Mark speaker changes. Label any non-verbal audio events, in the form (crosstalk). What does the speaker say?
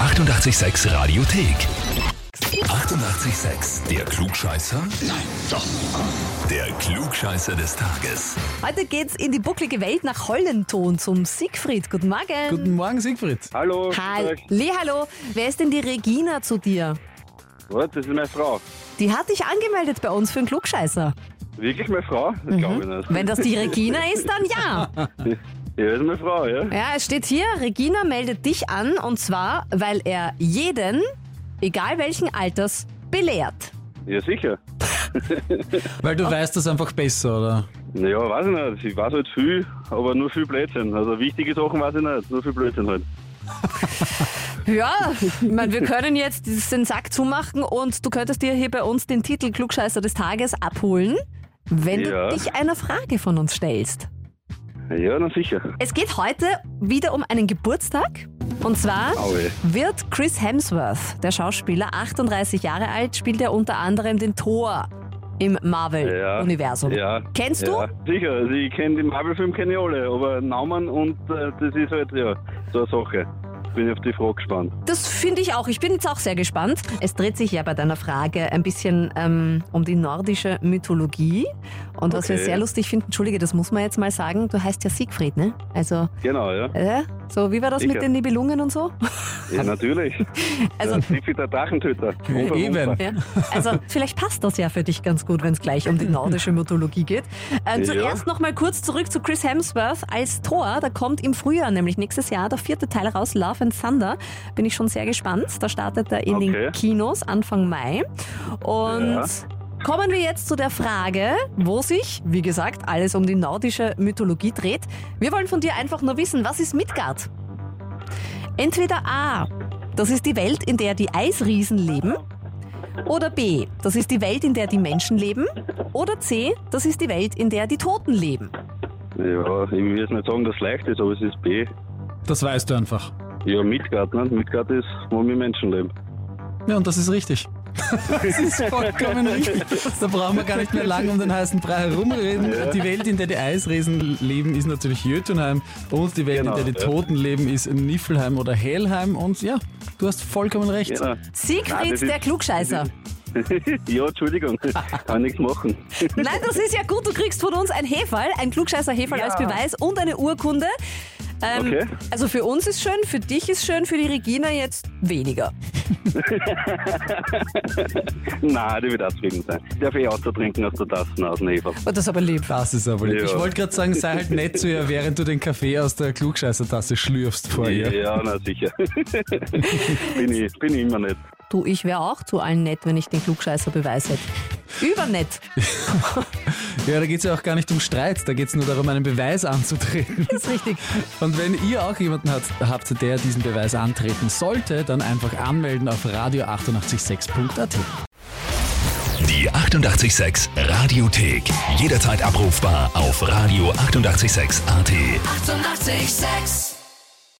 Speaker 1: 886 Radiothek. 88,6. Der Klugscheißer? Nein, doch. Der Klugscheißer des Tages.
Speaker 2: Heute geht's in die bucklige Welt nach Hollenton zum Siegfried. Guten Morgen.
Speaker 3: Guten Morgen, Siegfried.
Speaker 4: Hallo,
Speaker 2: Hall-
Speaker 4: Österreich.
Speaker 2: Hallihallo. Wer ist denn die Regina zu dir?
Speaker 4: Was, das ist meine Frau.
Speaker 2: Die hat dich angemeldet bei uns für einen Klugscheißer.
Speaker 4: Wirklich meine Frau? Das
Speaker 2: Mhm.
Speaker 4: glaube ich nicht.
Speaker 2: Wenn das
Speaker 3: (laughs)
Speaker 2: die Regina ist, dann ja.
Speaker 4: Ja, das ist meine Frau, ja.
Speaker 2: Ja, es steht hier, Regina meldet dich an und zwar, weil er jeden, egal welchen Alters, belehrt. (laughs)
Speaker 4: Ja, sicher.
Speaker 3: Weil du weißt das einfach besser, oder?
Speaker 4: Naja, weiß ich nicht. Ich weiß halt viel, aber nur viel Blödsinn. Also wichtige Sachen weiß ich nicht, nur viel Blödsinn halt.
Speaker 2: Ja, ich meine, wir können jetzt den Sack zumachen und du könntest dir hier bei uns den Titel Klugscheißer des Tages abholen, wenn
Speaker 4: Ja.
Speaker 2: du dich einer Frage von uns stellst.
Speaker 4: Ja, na sicher.
Speaker 2: Es geht heute wieder um einen Geburtstag. Und zwar
Speaker 4: Aue.
Speaker 2: wird Chris Hemsworth, der Schauspieler, 38 Jahre alt, spielt er unter anderem den Thor im Marvel-Universum.
Speaker 4: Ja.
Speaker 2: Äh, Kennst
Speaker 4: Ja,
Speaker 2: du?
Speaker 4: sicher. Also ich kenne den Marvel-Film, kenne ich alle, aber Naumann und äh, das ist halt, ja, so eine Sache. Bin ich auf die Frage gespannt.
Speaker 2: Das finde ich auch. Ich bin jetzt auch sehr gespannt. Es dreht sich ja bei deiner Frage ein bisschen ähm, um die nordische Mythologie. Und was wir
Speaker 4: Okay.
Speaker 2: sehr lustig finden, Entschuldige, das muss man jetzt mal sagen, du heißt ja Siegfried, ne? Also,
Speaker 4: Genau, ja.
Speaker 2: äh, so, wie war das
Speaker 4: Sicher.
Speaker 2: mit den Nibelungen und so? (laughs)
Speaker 4: ja natürlich.
Speaker 2: Also,
Speaker 4: Ja, Siegfried der Drachentöter. Unverwundbar.
Speaker 3: Eben.
Speaker 2: Ja. Also vielleicht passt das ja für dich ganz gut, wenn es gleich um die nordische Mythologie geht. Äh,
Speaker 4: Ja.
Speaker 2: Zuerst noch mal kurz zurück zu Chris Hemsworth als Thor. Da kommt im Frühjahr, nämlich nächstes Jahr, der vierte Teil raus, Love and Thunder. Bin ich schon sehr gespannt. Da startet er in
Speaker 4: Okay.
Speaker 2: den Kinos Anfang Mai. Und
Speaker 4: Ja.
Speaker 2: kommen wir jetzt zu der Frage, wo sich, wie gesagt, alles um die nordische Mythologie dreht. Wir wollen von dir einfach nur wissen, was ist Midgard? Entweder A, das ist die Welt, in der die Eisriesen leben. Oder B, das ist die Welt, in der die Menschen leben. Oder C, das ist die Welt, in der die Toten leben.
Speaker 4: Ja, ich will jetzt nicht sagen, dass es leicht ist, aber es ist B.
Speaker 3: Das weißt du einfach.
Speaker 4: Ja, Midgard, ne? Midgard ist, wo wir Menschen leben.
Speaker 3: Ja, und das ist richtig. (laughs) Das ist vollkommen richtig. Da brauchen wir gar nicht mehr lange um den heißen Brei herumreden. Die Welt, in der die Eisriesen leben, ist natürlich Jötunheim. Und die Welt,
Speaker 4: Genau,
Speaker 3: in der die
Speaker 4: ja.
Speaker 3: Toten leben, ist Niflheim oder Helheim. Und ja, du hast vollkommen recht.
Speaker 4: Genau. Nein,
Speaker 2: Siegfried,
Speaker 4: das ist-
Speaker 2: der Klugscheißer.
Speaker 4: (laughs) ja, Entschuldigung, kann nichts machen. (laughs)
Speaker 2: Nein, das ist ja gut. Du kriegst von uns ein Hefall, ein Klugscheißer-Hefall als Beweis und eine Urkunde. Ähm,
Speaker 4: Okay.
Speaker 2: Also für uns ist schön, für dich ist schön, für die Regina jetzt weniger.
Speaker 4: Nein, die wird auch zufrieden sein. Ich darf eh Auto trinken aus der Tasse aus dem Hefer.
Speaker 2: Und Oh, das aber lieb.
Speaker 3: Das ist aber lieb.
Speaker 4: Ja.
Speaker 3: Ich wollte gerade sagen, sei halt nett zu ihr, während du den Kaffee aus der Klugscheißertasse schlürfst vor
Speaker 4: Ja,
Speaker 3: ihr.
Speaker 4: na sicher. (laughs) bin, ich, bin ich immer nicht.
Speaker 2: Du, ich wäre auch zu allen nett, wenn ich den Klugscheißer-Beweis hätte. Übernett.
Speaker 3: Ja, da geht es ja auch gar nicht um Streit, da geht es nur darum, einen Beweis anzutreten.
Speaker 2: (laughs) Ist richtig.
Speaker 3: Und wenn ihr auch jemanden hat, habt, der diesen Beweis antreten sollte, dann einfach anmelden auf radio886.at.
Speaker 1: Die 88,6 Radiothek. Jederzeit abrufbar auf radio886.at. 88,6.
Speaker 5: Eighty-eight, sex.